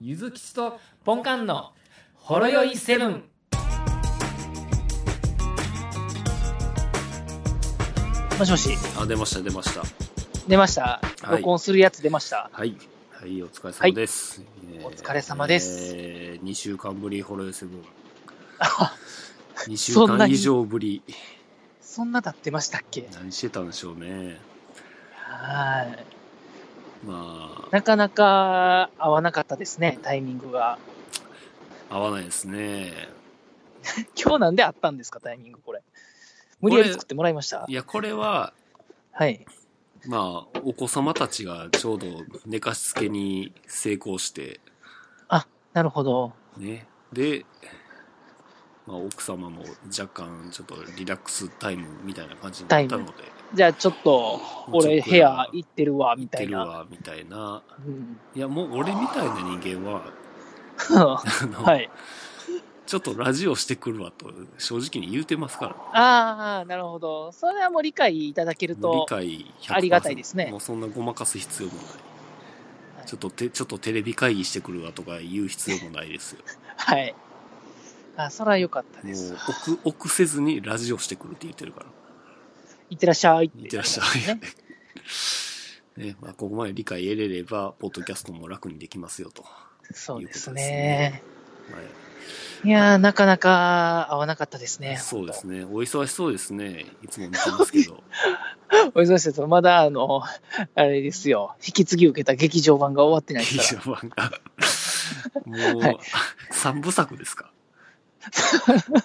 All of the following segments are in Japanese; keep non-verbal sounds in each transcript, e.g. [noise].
ゆずきちとポンカンのほろよいセブン。もしもし、あ、出ました、出ました。出ました。はい録音するやつ出ました。はい。はい、お疲れ様です。えーお疲れ様ですえー、2週間ぶり、ホロヨセ [laughs] ブン。あ2週そんな間に以上ぶり。そんなだってましたっけ何してたんでしょうね。はい。まなかなか合わなかったですね、タイミングが。あ、合わないですね。今日なんであったんですか、タイミングこれ。無理やり作ってもらいましたい。や、これは、はい。まあ、お子様たちがちょうど寝かしつけに成功して、なるほど。ね。で、まあ、奥様も若干、ちょっとリラックスタイムみたいな感じになったので、じゃあちょっと、俺部屋行っ行ってるわ、みたているな。わ、みたいな。うん、いや、もう俺みたいな人間は、 [laughs] はあの、い。ちょっとラジオしてくるわと、正直に言うてますから。ああ、なるほど。それはもう理解いただける理と。解100%。ありがたいですねもうそんなごまかす必要もない。はいちょっとて、ちょっとテレビ会議してくるわとか言う必要もないですよ。はい。あ、それは良かったもです。う、臆、臆せずにラジオしてくるって言ってるから。いってらっしゃいって。いってらっしゃい。 [laughs] ね、まあ、ここまで理解得れれば、ポッドキャストも楽にできますよと。そうですいうね。はいいやー、なかなか合わなかったですね。そうですね。お忙しそうですね。いつも見てますけど。お忙しいです。まだ、あの、 [laughs] あれですよ。引き継ぎ受けた劇場版が終わ [laughs] ってないか劇場版が。もう、はい [laughs] 三部作ですか。ら。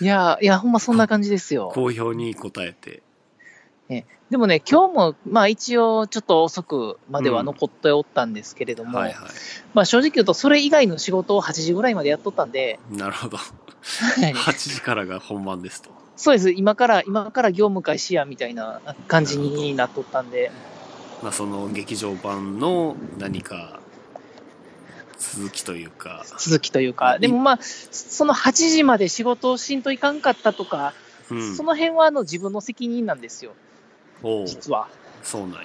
いやー、いや、ほんまそんな感じですよ。好評に応えて。でもね、今日も、まあ一応、ちょっと遅くまではうん残っておったんですけれども、はいはまあ正直言うと、それ以外の仕事を8時ぐらいまでやっとったんで、い。なるほど。はい8時からが本番ですと。そうです。今から、今から業務開始や、みたいな感じになっとったんで、まあ、その劇場版の何か、続きというか、続きというか、でもまあ、その8時まで仕事をしんといかんかったとか、うんそ。の辺はあの自分の責任なんですよ、おう実は。そうなんや。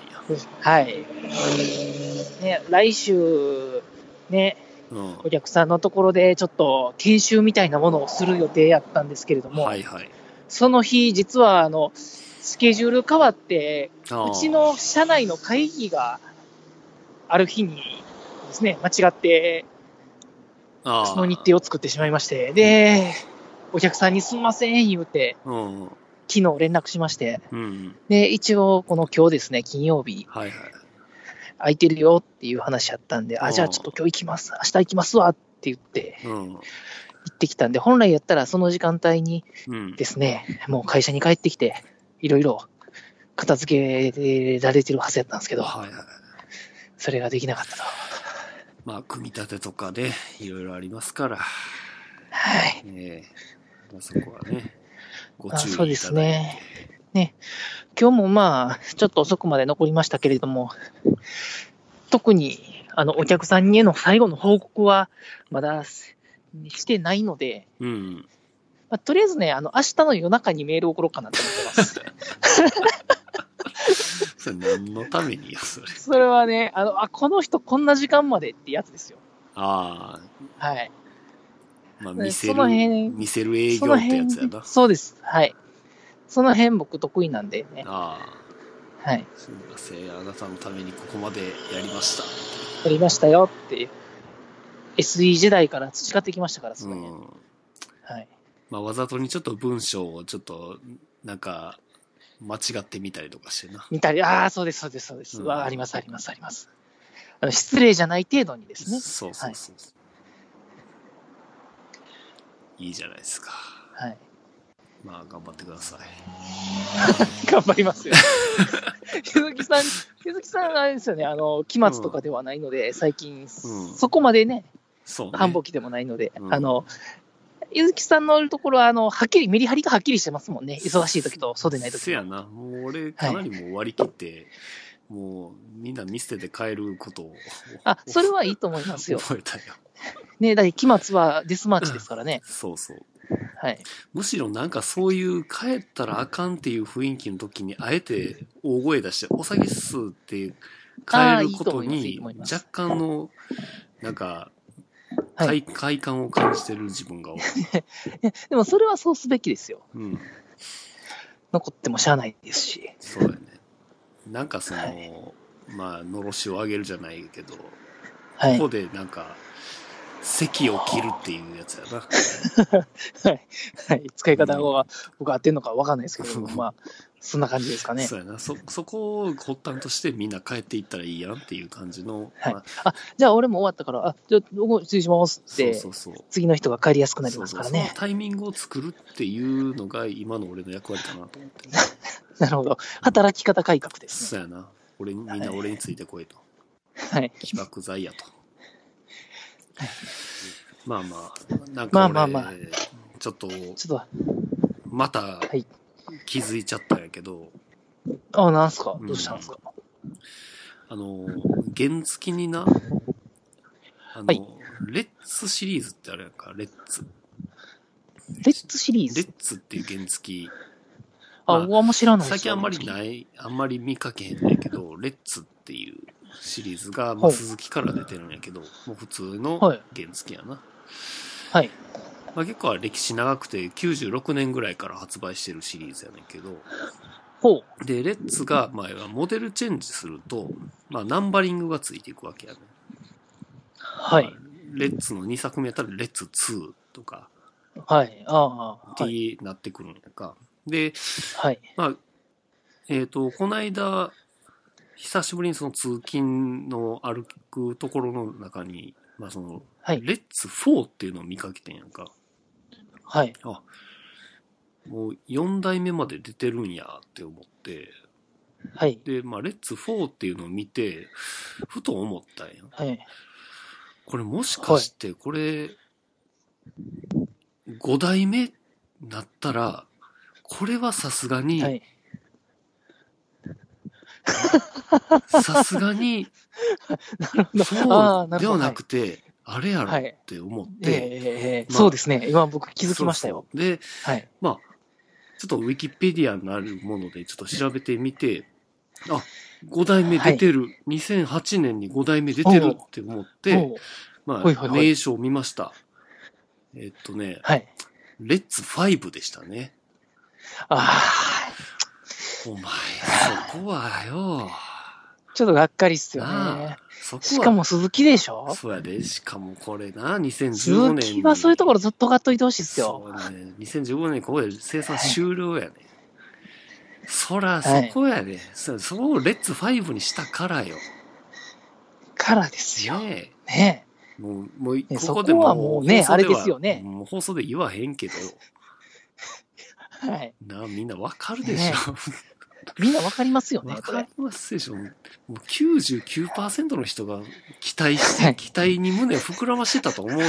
はい。ね、来週、ね、うん。はお客さんのところでちょっと研修みたいなものをする予定やったんですけれども、いはい。その日、実はあの、スケジュール変わって、あうーちの社内の会議がある日にですね、間違ってあーその日程を作ってしまいまして、で、お客さんにすんません言うて、うんうん。昨日連絡しまして、うん。で、一応この今日ですね、金曜日、はいはい。空いてるよっていう話やったんで、うあ、んじゃあちょっと今日行きます、明日行きますわって言って、うん。行ってきたんで、本来やったらその時間帯にうん。ですね、もう会社に帰ってきて、いろいろ片付けられてるはずやったんですけど、はいはい。それができなかったと。まあ、組み立てとかで、いろいろありますから。はい。ええまあ、そこはね、ごあ注意いそただういて。ですね。ね。今日もまあ、ちょっと遅くまで残りましたけれども、特に、あの、お客さんへの最後の報告は、まだししてないので、うん。まあ、とりあえずね、あの、明日の夜中にメール送ろうかなと思ってます。 [laughs] それ何のためによ、それ。それはね、あの、あ、この人こんな時間までってやつですよ。あはい。あ、まあね見せそのる、辺見せる営そ業のってや辺つやな。そうです。はい。その辺僕得意なんでね。あはいあ。、すみません、あなたのためにここまでやりました。取りましたよって、SE 時代から培ってきましたから、そうの辺。ん。はい。まあ、わざとにちょっと文章をちょっと、なんか、間違ってみたりとかしてな。見たり、ああ、そうです、そうです、そうです。うんわあ、あります、あります、あります。あの失礼じゃない程度にですね。そうそうそうそう。いいじゃないですか。はい。まあ、頑張ってください。頑張りますよ。 [laughs] ゆずきさん、ゆずきさん、あれですよね、あの、期末とかではないので、最近、そこまでね、そう、ね。繁忙期でもないので、うんあの、ゆずきさんのところは、あの、はっきり、メリハリがはっきりしてますもんね。忙しい時と、そうでない時せやと。な。もう俺、かなりもう割り切って、もうみんな見捨てて帰ることを。あ、それはいいと思いますよ。覚えたよ。ね、だって期末はデスマーチですからね。そうそう。はい。むしろなんかそういう帰ったらあかんっていう雰囲気の時に、あえて大声出して、おさぎっすって帰ることあーいいと思いますいいにと思い、ます若干のなんか、は快快感を感じてる自分が多い。でもそれはそうすべきですよ。 [laughs] うん、残ってもしゃあないですし。そうだね。なんかその、はまあ、のろしを上げるじゃないけど、はこい。こでなんか、席を切るっていうやつやな。はい、使い方は僕合ってるのかわかんないですけど、うんまあ、そんな感じですかねそ。うやな。そ、そこを発端としてみんな帰っていったらいいやんっていう感じの、はいまあじゃあ俺も終わったから、あ、じゃあ僕失礼しますっそうて、そうそう。次の人が帰りやすくなりますからそうそうねそ。のタイミングを作るっていうのが今の俺の役割かなと思って。なるほど。働き方改革ですそうやな。俺に、みんな俺についてこいと。ね。はい。起爆 [laughs] 剤やと。まあまあ、なんまかあ俺、まあまあちょっと、ちょっまたい気づいちゃったんやけど、と、あ、なんすかうんどうしたんですか、あの、原付きにな、あの、はいレッツシリーズってあるやんか、レッツ。レッツシリーレズッツっていう原付き、あ、まあ僕あんま知らないです最近あんまりい。ない、あんまり見かけへんねんけど、レッツっていうシリーズが、まはあ、い鈴木から出てるんやけど、もう普通のは原い付やな。はい。まあ、結構は歴史長くて、96年ぐらいから発売してるシリーズやねんけど、ほう。で、レッツが、まあ、モデルチェンジすると、まあ、ナンバリングがついていくわけやねん。はまあい。レッツの2作目やったら、レッツ2とか、はい。あっあ、てはい。なってくるんやんか。で、はい。まあ、えっ、と、この間、久しぶりにその通勤の歩くところの中に、まあその、はい。レッツ4っていうのを見かけてんやんか。はい。あ、もう4代目まで出てるんやって思って、はい。で、まあレッツ4っていうのを見て、ふと思ったんや。はい。これもしかして、これ、5代目なったら、これはさすがに、はい。さすがに、 [laughs] あそーなるうでほどはなくて、あれやろって思っええて。ええまあそうですね。今僕気づきましたよ。そうそう。で、はい。まあ、ちょっとウィキペディアになるもので、ちょっと調べてみて、あ、5代目出てる。2008年に5代目出てるって思って、ほうまほいほいあ、ほい名称を見ました。えっとね、はい。レッツ5でしたね。あお前、そこはよ。あ、ちょっとがっかりっすよなねあ。、そこは。しかも鈴木でしょそうやで、しかもこれな、2015鈴年木はそういうところずっとがっといてほしいっすよ。そうね。2015年ここで生産終了やね。そら、そこやね。そそこをレッツ5にしたからよ。からですよ。ねねえ。え。もう、もう、こそこでこはもうね放送あれですよねもう放送で言わへんけど、はい。なあ、みんなわかるでしねょ。みんなわかりますよ [laughs] ね、わ、こかれり。ますでしょ。もう99%の人が期待して、はい期待に胸を膨らましてたと思うで。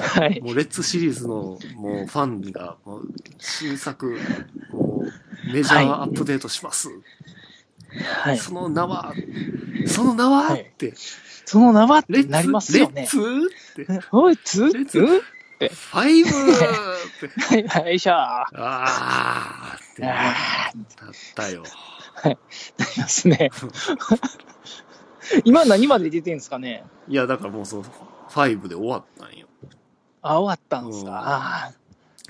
はい。もうレッツシリーズのもうファンがもう新作もうメジャーアップデートします。はい。その名は、その名は、はいって、その名はっレてッツ、なりますよねレッ。ツって、おい、つレッツつファイブって、はい、はい、しょー。ああーってなっあ、たよ。なりますね。 [laughs] 今何まで出てんすかねいや、だからもうそう、ファイブで終わったんよ。あ、終わったんすか。うんああ、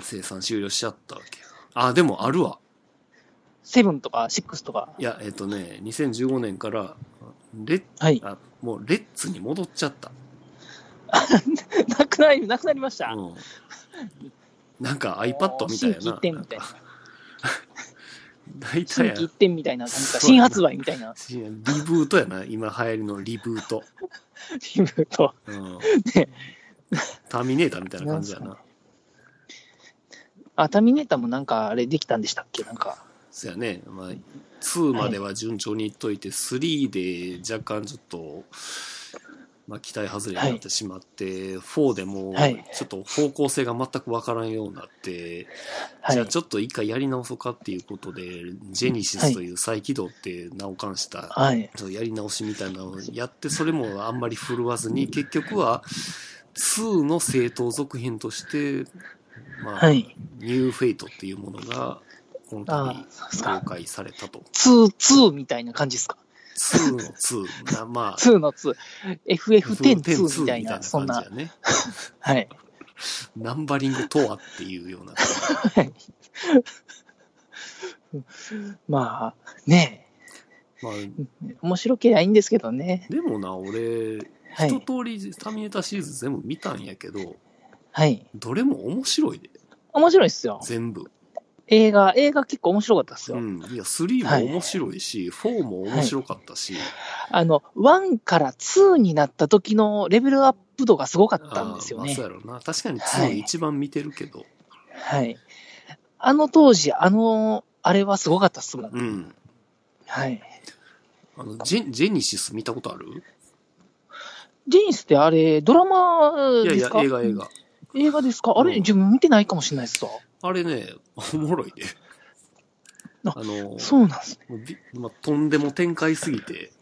生産終了しちゃったわけ。あ、でもあるわ。セブンとかシックスとか。いや、えっ、とね、2015年から、レッ、はい。あ、もうレッツに戻っちゃった。なくなり、なくなりました。うん、なんか iPad みた新規いや一な。点みたいな。新大体や規一点みたいな感じか。そう新発売みたいな。 [laughs] リブートやな、今流行りのリブート。リブート。うんねターミネーターみたいな感じやな。あ、ターミネーターもなんかあれできたんでしたっけなんか。そうやね、まあ、2までは順調にいっといて、3で若干ちょっと、まあ、期待外れになってしまって、4でもうはいちょっと方向性が全くわからんようになって、はじいゃあ。ちょっと一回やり直そうかっていうことで、ジェニシスという再起動って名を冠した、はい。ちょっとやり直しみたいなのをやって、それもあんまり振るわずに、結局は、2の正当続編として、まあ、はい。ニューフェイトっていうものが、このあ度あ、そうです公か。開されたと。ツー、ツーみたいな感じですか。 2の2。[laughs] なまあ、 2の2。FF102 10みたいな、そんな。やね。はい。 [laughs] ナンバリングとはっていうような。はい。まあ、ねまあ、 [laughs] え面白けりゃいいんですけどね。でもな、俺、一はい。通りターミネーターシリーズ全部見たんやけど、はい。どれも面白いで、面白いっすよ。全部。映画、映画結構面白かったっすうよ。ん。いや、3も面白いし、4も面白かったし、あの、1から2になった時のレベルアップ度がすごかったんですよあーまあ、ねそう。やろうな。確かには2い一番見てるけど、はい。あの当時、あの、あれはすごかったっすもん。うん。はい。あのジェ、ジェニシス見たことあるジェニスってあれ、ドラマいやいでやす、か映画映。画。映画ですかあれ、うん自分見てないかもしれないっすわ。あれね、おもろいで。ああの、そうなんですね。もうびまあ、とんでも展開すぎて。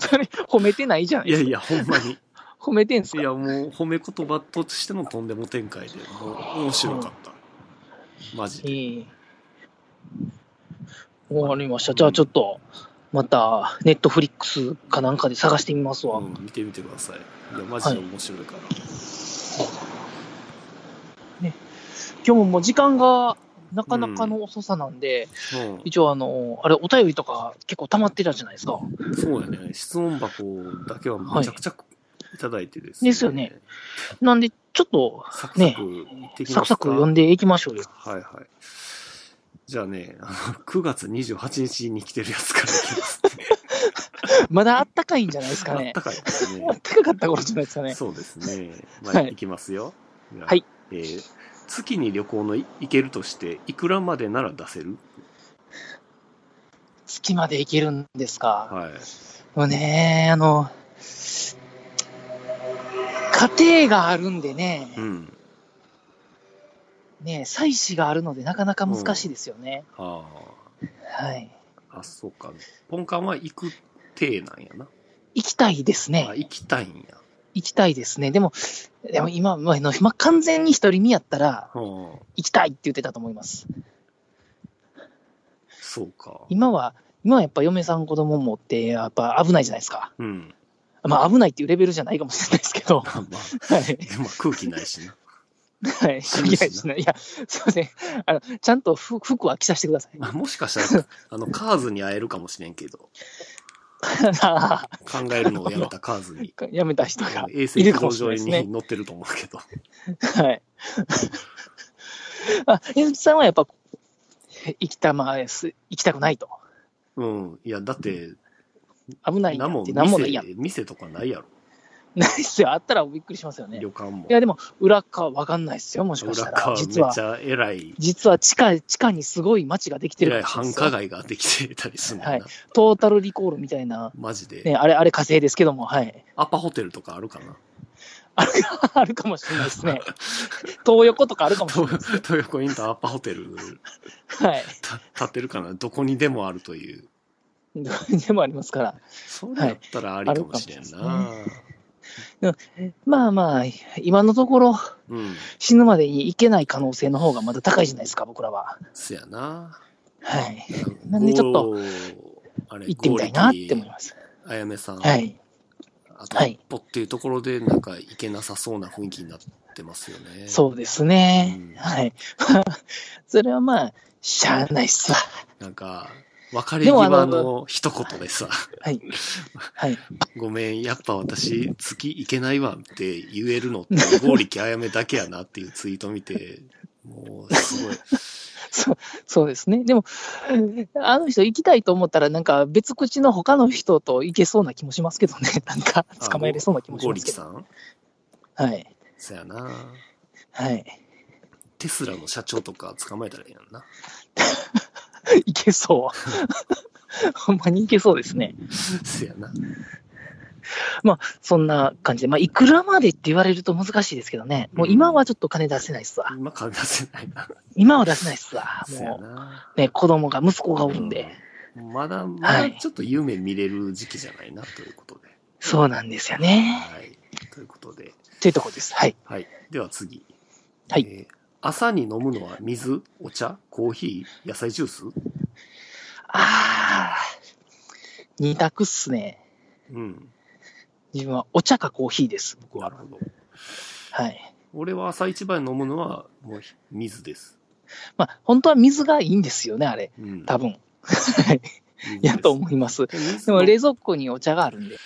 それ、褒めてないじゃないいやいや、ほんまに。褒めてんすいかや、もう褒め言葉としてのとんでも展開で、もう面白かった。マジで。いい。わかりました。じゃあちょっと、また、ネットフリックスかなんかで探してみますわ。うん、見てみてください。いや、マジで面白いから。今日ももう時間がなかなかの遅さなんで、一応あの、あれ、お便りとか結構溜まってたじゃないですか。うん、そうやね。質問箱だけはめちゃくちゃいただいてですですよね。なんで、ちょっと、サクサクいってきますか、サクサク読んでいきまし [laughs] ょうよ。はいはい。じゃあね、あの9月28日に来てるやつからいきます。まだあったかいんじゃないですかあ [laughs] っね。たかいですねあ。ったかかった頃じゃないです [laughs] かね。そうです [laughs] ね。まあ、はいい、きますよ。ではい。えー月に旅行のい行けるとして、いくらまでなら出せる月まで行けるんですか。はい。もうね、あの、家庭があるんでね、うん。ね、妻子があるので、なかなか難しいですよね。あはい。あ。あ、そうか。ポンカンは行く体なんやな。行きたいですねあ、。行きたいんや。行きたいですね。でも、でも今、まあのまあ完全に一人身やったら、はあ。行きたいって言ってたと思います。そうか。今は、今はやっぱ嫁さん子供持って、やっぱ危ないじゃないですか。うん。まあ危ないっていうレベルじゃないかもしれないですけ [laughs] ど。まあまあ、はい。でも空気な [laughs] いしな。はい。死ぬしないやいやいや、すいません。あの、ちゃんと服服は着させてください。 [laughs] あもしかしたら、あの、カーズに会えるかもしれんけど、考えるのをやめたカー [laughs] ズに。やめた人が。衛星軌いるか道もしれな上いですねに乗ってると思うけど。はい。 [laughs] あ、ゆずきさんはやっぱ、行きたまえす、行きたくないと。うん。いや、だって、危ないんや何もって、なんもないやん。店、店とかないやろ。ないっすよ。あったらびっくりしますよね。旅館もい。や、でも、裏側わかんないっすよ、もしかし裏たら側。めっ実はち、ゃ偉い、実は地下、地下にすごい街ができてる偉いかもしれない繁っすよ華街ができてたりするんだな、はいトータルリコールみたいな、マジで、ね、あれ、あれ火星ですけども、はい。 [laughs] アパホテルとかあるかなあるか、あるかもしれないです [laughs] ね。東横とかあるかもしれない。東東横インターアパホテルはい。た建ってるかなどこにでもあるという。どこにでもありますから。それやったらありかもしれんな。は [laughs] まあまあ、今のところ、うん。死ぬまでに行けない可能性の方がまだ高いじゃないですか、僕らは。そやな。はい。なんでちょっとゴー、あれ、行ってみたいなって思います。剛力あやめさん。はい。あと一歩っていうところで、なんか行けなさそうな雰囲気になってますよね。そうですねうん。はい。 [laughs] それはまあ、しゃあないっすわ。なんか、別れでもあ際のの一言でさ、はい。はい。ごめん、やっぱ私、月行けないわって言えるのって、剛力あやめだけやなっていうツイート見て、もう、すごい。そう、そうですね。でも、あの人行きたいと思ったら、なんか別口の他の人と行けそうな気もしますけどね。 [laughs] なんか、捕まえれそうな気もし剛ます力けど。さんはい。そやな。はい。テスラの社長とか捕まえたらいいやんな。いけそう。 [laughs] ほんまにいけそうですね。そやな。そんな感じで。まあ、いくらまでって言われると難しいですけどね。もう今はちょっと金出せないっすわ。今考えせないな。今は出せないっすわ。そやもな。う、ね、子供が、息子がおるんで。まだ、まだちょっと夢見れる時期じゃないな、ということで。そうなんですよね。はい。ということで。というところです。はい。はい。では次。はいえー朝に飲むのは水、お茶、コーヒー、野菜ジュースあー。二択っすね。うん。自分はお茶かコーヒーです。僕なはる。ほど。はい。俺は朝一番飲むのは、もう水です。まあ、本当は水がいいんですよね、あれ。うん。多分。はい。水です [laughs] やと思います。で水でもの冷蔵庫にお茶があるんで。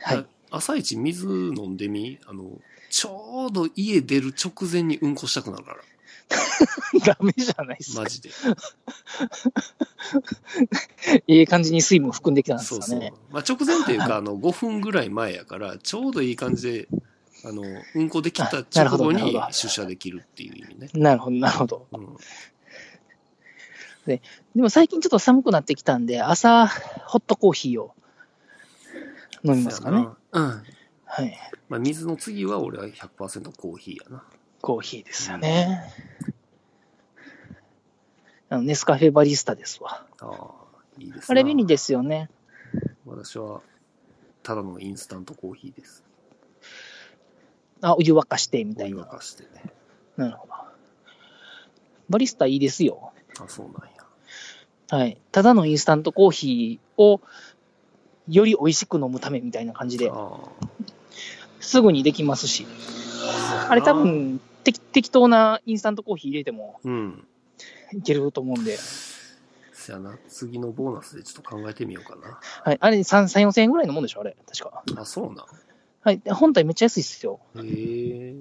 はい。朝一水飲んでみ、あの、ちょうど家出る直前にうんこしたくなるから、 [laughs] ダメじゃないですかマ。ジで。いい感じに水分含んできたんですそうかそうね。。まあ、直前っていうか、あの、5分ぐらい前やから、ちょうどいい感じで、あの、うんこできた直後あなるほどなるにほど出社できるっていう意味ね。なるほど、なるほど。うん。でも最近ちょっと寒くなってきたんで、朝、ホットコーヒーを飲みますかね。そうやなうん。はい。まあ、水の次は俺は100%コーヒーやな。コーヒーですよね。あのネスカフェバリスタですわ。ああ、いいですあね。れ便利ですよね。私は、ただのインスタントコーヒーです。あ、お湯沸かしてみおたい湯沸な。かしてね。なるほど。バリスタいいですよ。あ、そうなんや。はい。ただのインスタントコーヒーをより美味しく飲むためみたいな感じで、あすぐにできますし。ああれ多。分、てき適当なインスタントコーヒー入れてもうん。いけると思うんで、せやな、次のボーナスでちょっと考えてみようかな。はい、あれ3、3 4000円ぐらいのもんでしょ、あれ、確か。あ、そうなはい、で本体めっちゃ安いっすよ。ん。へえ。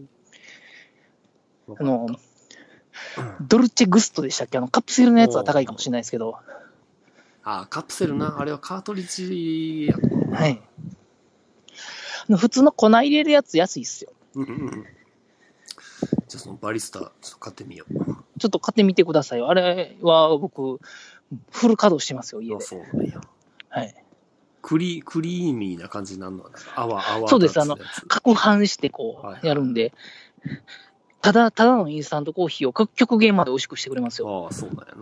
わあかっの、たうんドルチェグストでしたっけあの、カプセルのやつは高いかもしれないですけど、あ、カプセルな、あれはカートリッジやと思うはい。あの普通の粉入れるやつ安いっすよ。うんうんうん。じゃあそのバリスタ、ちょっと買ってみよう。ちょっと買ってみてくださいよ。あれは僕、フル稼働してますよ、家あ、で。そうなんや。はい。クリ、クリーミーな感じになるのはなんか、泡泡立つやつそうですあの攪拌してこ、はいうやるんで、ただ、ただのインスタントコーヒーを極極限まで美味しくしてくれますよ。ああ、そうなんや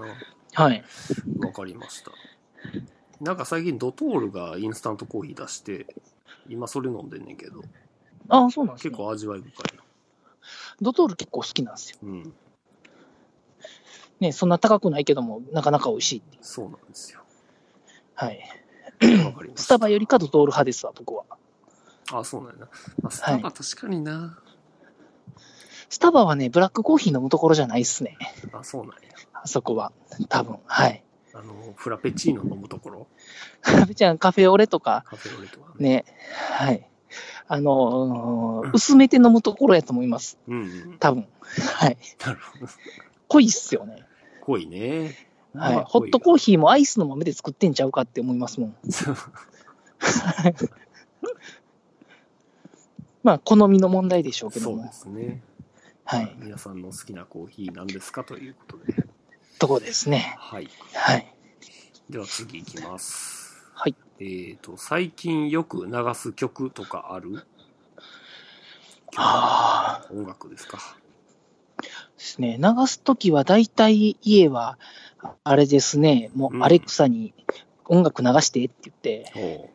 はい。な。わかりました。なんか最近ドトールがインスタントコーヒー出して、今それ飲んでんねんけど、ああ、そうなんです結ね。構味わい深いな。ドトール結構好きなんですよ。うん。ね、そんな高くないけども、なかなか美味しいっていう。そうなんですよ。はい。わかりました。スタバよりかドトール派ですわ、僕は。あ、そうなんやな。まあ、スタバ確かにな。スタバはね、ブラックコーヒー飲むところじゃないっすね。あ、そうなんや。あそこは。多分。はい。あの、フラペチーノ飲むところ、カフェちゃん、カフェオレとか、カフェオレとかね。ね。はい。あのー薄めて飲むところやと思います。うん、うん。多分。はい。なるほど。濃いっすよね。濃いね。はい。ホットコーヒーもアイスの豆で作ってんちゃうかって思います [laughs] もん。ー。まあ、好みの問題でしょうけどそうでも。すね。はい。皆さんの好きなコーヒーなんですかということで。とこですね。はい。はい。では次いきます。はい。えっ、と、最近よく流す曲とかあるああ。音楽ですか。ですね、流すときは大体家は、あれですね、もううんアレクサに音楽流してって言って、おう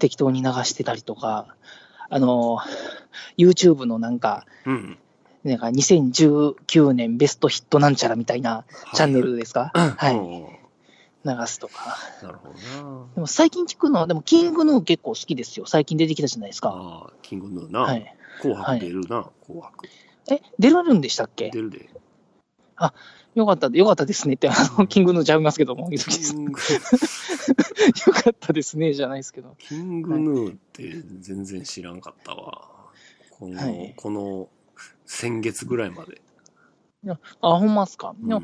適当に流してたりとか、あの、YouTube のなんか、うん。なんか2019年ベストヒットなんちゃらみたいなはいチャンネルですか、はいおう流すとか。なるほどな。でも最近聞くのは、でもキングヌー結構好きですよ。最近出てきたじゃないですか。ああ、キングヌーな。はい。紅白出るな、紅白。え、出られるんでしたっけ出 [laughs] るで。よかった、よかったですねって、あの、キングヌーちゃいますけども、よキング、かったですね、じゃないですけど。キングヌーって全然知らんかったわ。この、はいこの、先月ぐらいまで。あ、ほんまっすか。うんでも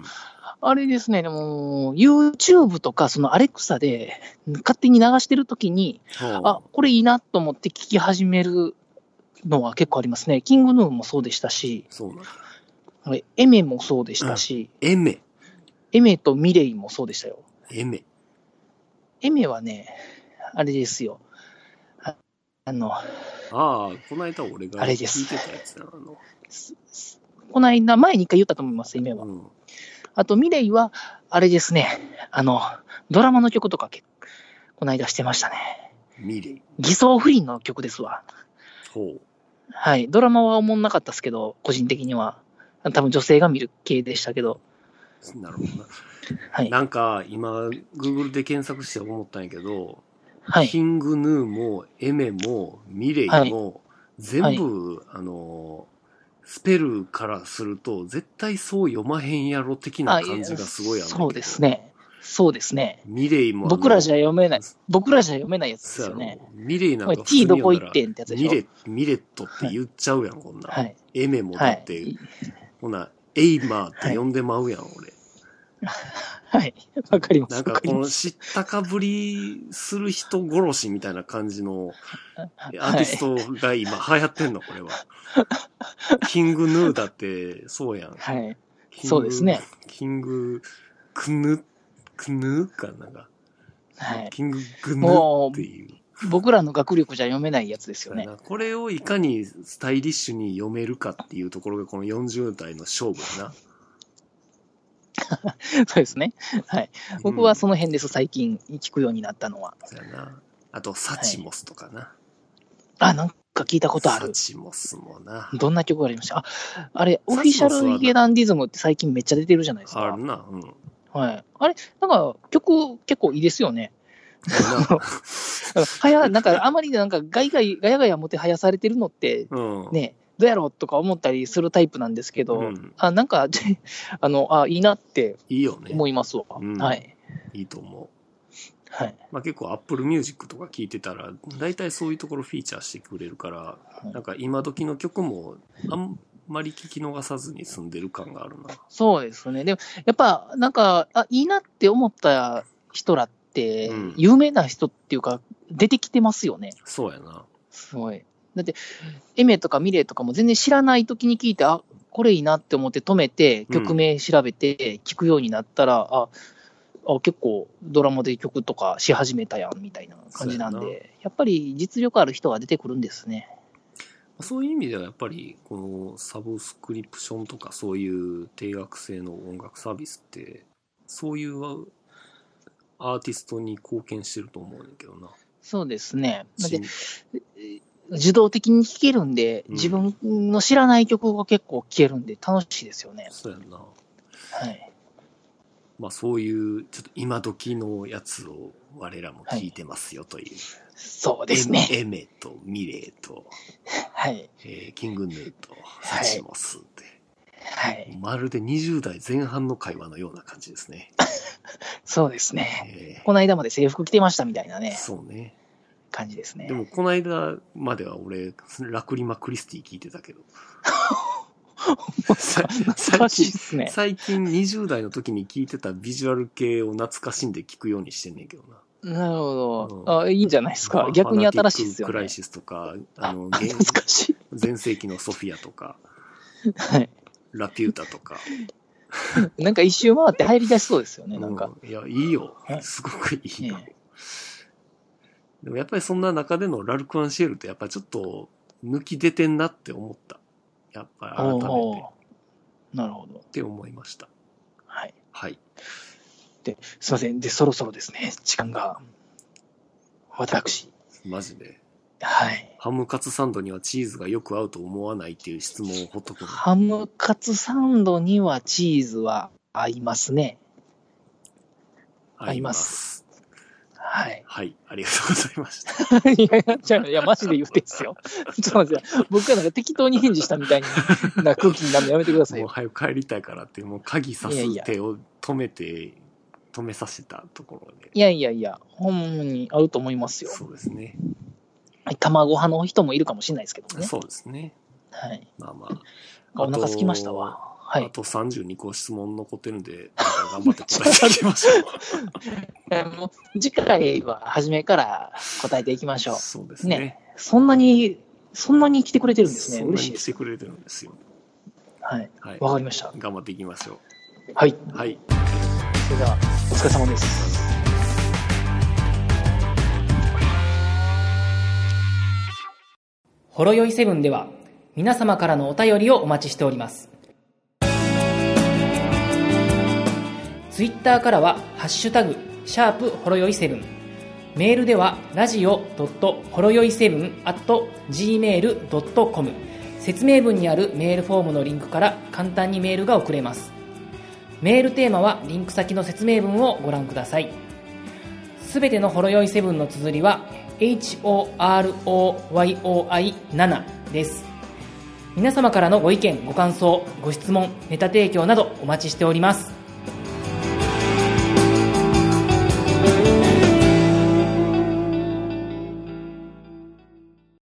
あれですね、でも、YouTube とか、そのアレクサで、勝手に流してるときに、あ、これいいなと思って聞き始めるのは結構ありますね。キングヌーもそうでしたし、そうなんやあれエメもそうでしたし、エメ。エメとミレイもそうでしたよ。エメ。エメはね、あれですよ。ああの、ああ、この間俺があれです聞いてたやつやな。あのすすこの間、前に一回言ったと思います、エメは。うん、あと、ミレイは、あれですね、あの、ドラマの曲とか結構、この間してましたね。ミレイ。偽装不倫の曲ですわ。ほはい。ドラマは思んなかったですけど、個人的には。多分女性が見る系でしたけど。う。なるほどな。はい。なんか、今、Google で検索して思ったんやけど、はい。キングヌーも、エメも、ミレイも、はい全部、あの、スペルからすると、絶対そう読まへんやろ的な感じがすごいある。そうです。ね。そうですね。ミレイもあの。僕らじゃ読めないそ、僕らじゃ読めないやつでそうすやよろね。ミレイなんこかれ t どこ行ってんってやつでしミょ。レ、ミレットって言っちゃうやん、こんなん。はい。エメもはだっいて、。ほな、エイマーって呼んでまうやん、俺。はい。 [laughs] わかります。なわんかかりこまのす。知ったかぶりする人殺しみたいな感じのアーはティいス。トが今流行ってんの、これは。キングヌーだって、そうやん。はい。キングそうですね。キング、クヌ、クヌーかなんか。はい。キンググヌーもっていう。う、僕らの学力じゃ読めないやつですよね。これをいかにスタイリッシュに読めるかっていうところがこの40代の勝負やな。そうですね。はい。僕はその、の辺です、最近聞くようになったのは。そうやな。あと、サチモスとかな。あ、なんか聞いたことあサる。チモスもな。どんな曲がありましたあ、あれ、サチオモスはフィシャルヒゲダンディズムって最近めっちゃ出てるじゃないですあかる。な。 [laughs] うん。はい。あれ、なんか曲結構いいですよね。ななんかはや、なんかあまりなんかガイガイ、ガヤガヤもてはやされてるのってうん。ね、どうやろうとか思ったりするタイプなんですけど、うんあ、なんか、 [laughs] あの、あ、いいなっていいよね。思いますわ。うんはい。いいと思はい。う。まあ、結構 Apple Music とか聞いてたら、大体そういうところフィーチャーしてくれるから、いなんか今時の曲もあんまり聞き逃さずに済んでる感があるな。そうですね。でも、やっぱ、なんか、あ、いいなって思った人らってうん、有名な人っていうか、出てきてますよね。そうやな。すごい。だって、エメとかミレイとかも全然知らない時に聞いて、あ、これいいなって思って止めて、うん曲名調べて、聞くようになったら、あ、あ、結構ドラマで曲とかし始めたやん、みたいな感じなんそうやで、やっぱり実力ある人が出てくるんですね。そういう意味ではやっぱり、このサブスクリプションとかそういう定額制の音楽サービスって、そういうアーティストに貢献してると思うんだけどな。そうですね。だってし自動的に聴けるんで、うん自分の知らない曲が結構聴けるんで、楽しいですよね。そうやな。はい。まあそういう、ちょっと今時のやつを我らも聞いてますよという。そうですね。エメエメとミレイと、はい。えーキングヌーとサチモスって、はい。まるで20代前半の会話のような感じですね。そうですね。えーこの間まで制服着てましたみたいなね、そうね。感じですねで。もこの間までは俺、ラクリマ・クリスティ聞いてたけど。さ懐かしいですね。最近20代の時に聞いてたビジュアル系を懐かしんで聞くようにしてんねんけどな。なるほうど。あ、いいんじゃないですか。逆に新しいですよファナティッククラねイ。シスとか、あの、あ現懐かしい。前世紀のソフィアとか、はい。ラピュータとか。なんか一周回って入り出しそうですよ [laughs] ね、なんか。うんいや、いいよは。いすごくいいよえ。でもやっぱりそんな中でのラルク・アンシェルってやっぱちょっと抜き出てんなって思った。やっぱり改めておーっなるほど。て思いました。はい。はい。で、すいません。で、そろそろですね、時間が。私。マジで。はい。ハムカツサンドにはチーズがよく合うと思わないっていう質問をほっとくの。ハムカツサンドにはチーズは合いますね。合合いいまますす。はい。はい。ありがとうございました。いやいや、じゃあいや、マジで言うてですよ。ちょっと待ってください、僕がなんか適当に返事したみたいな空気になるのやめてくださいもよ。う早く帰りたいからって、もう鍵さいやいすや手を止めて、止めさせたところで。いやいやいや、ほんまに合うと思いますよ。そうですね。卵派の人もいるかもしれないですけどね。そうですね。はい。まあまあ。お腹空きましたあわと。。はあい。と32個質問残ってる [laughs] んで、頑張って答えていきましょえーもう次回は初めから答えていきましょう。う。そうですね。そんなに、そんなに来てくれてるんですね。そんな嬉しいにで来すて。くれてるんですよ。はい。はい。わかりました。頑張っていきましょはい。う。はい。それでは、お疲れ様です。ほろよいセブンでは皆様からのお便りをお待ちしておりますツイッターからは「ハッシュタグシャープほろよいセブン」メールではラジオほろよいセブン gmail.com 説明文にあるメールフォームのリンクから簡単にメールが送れますメールテーマはリンク先の説明文をご覧くださいすすべてのほろ酔いセブンの綴りは HOROYOI7 です皆様からのご意見ご感想ご質問ネタ提供などお待ちしております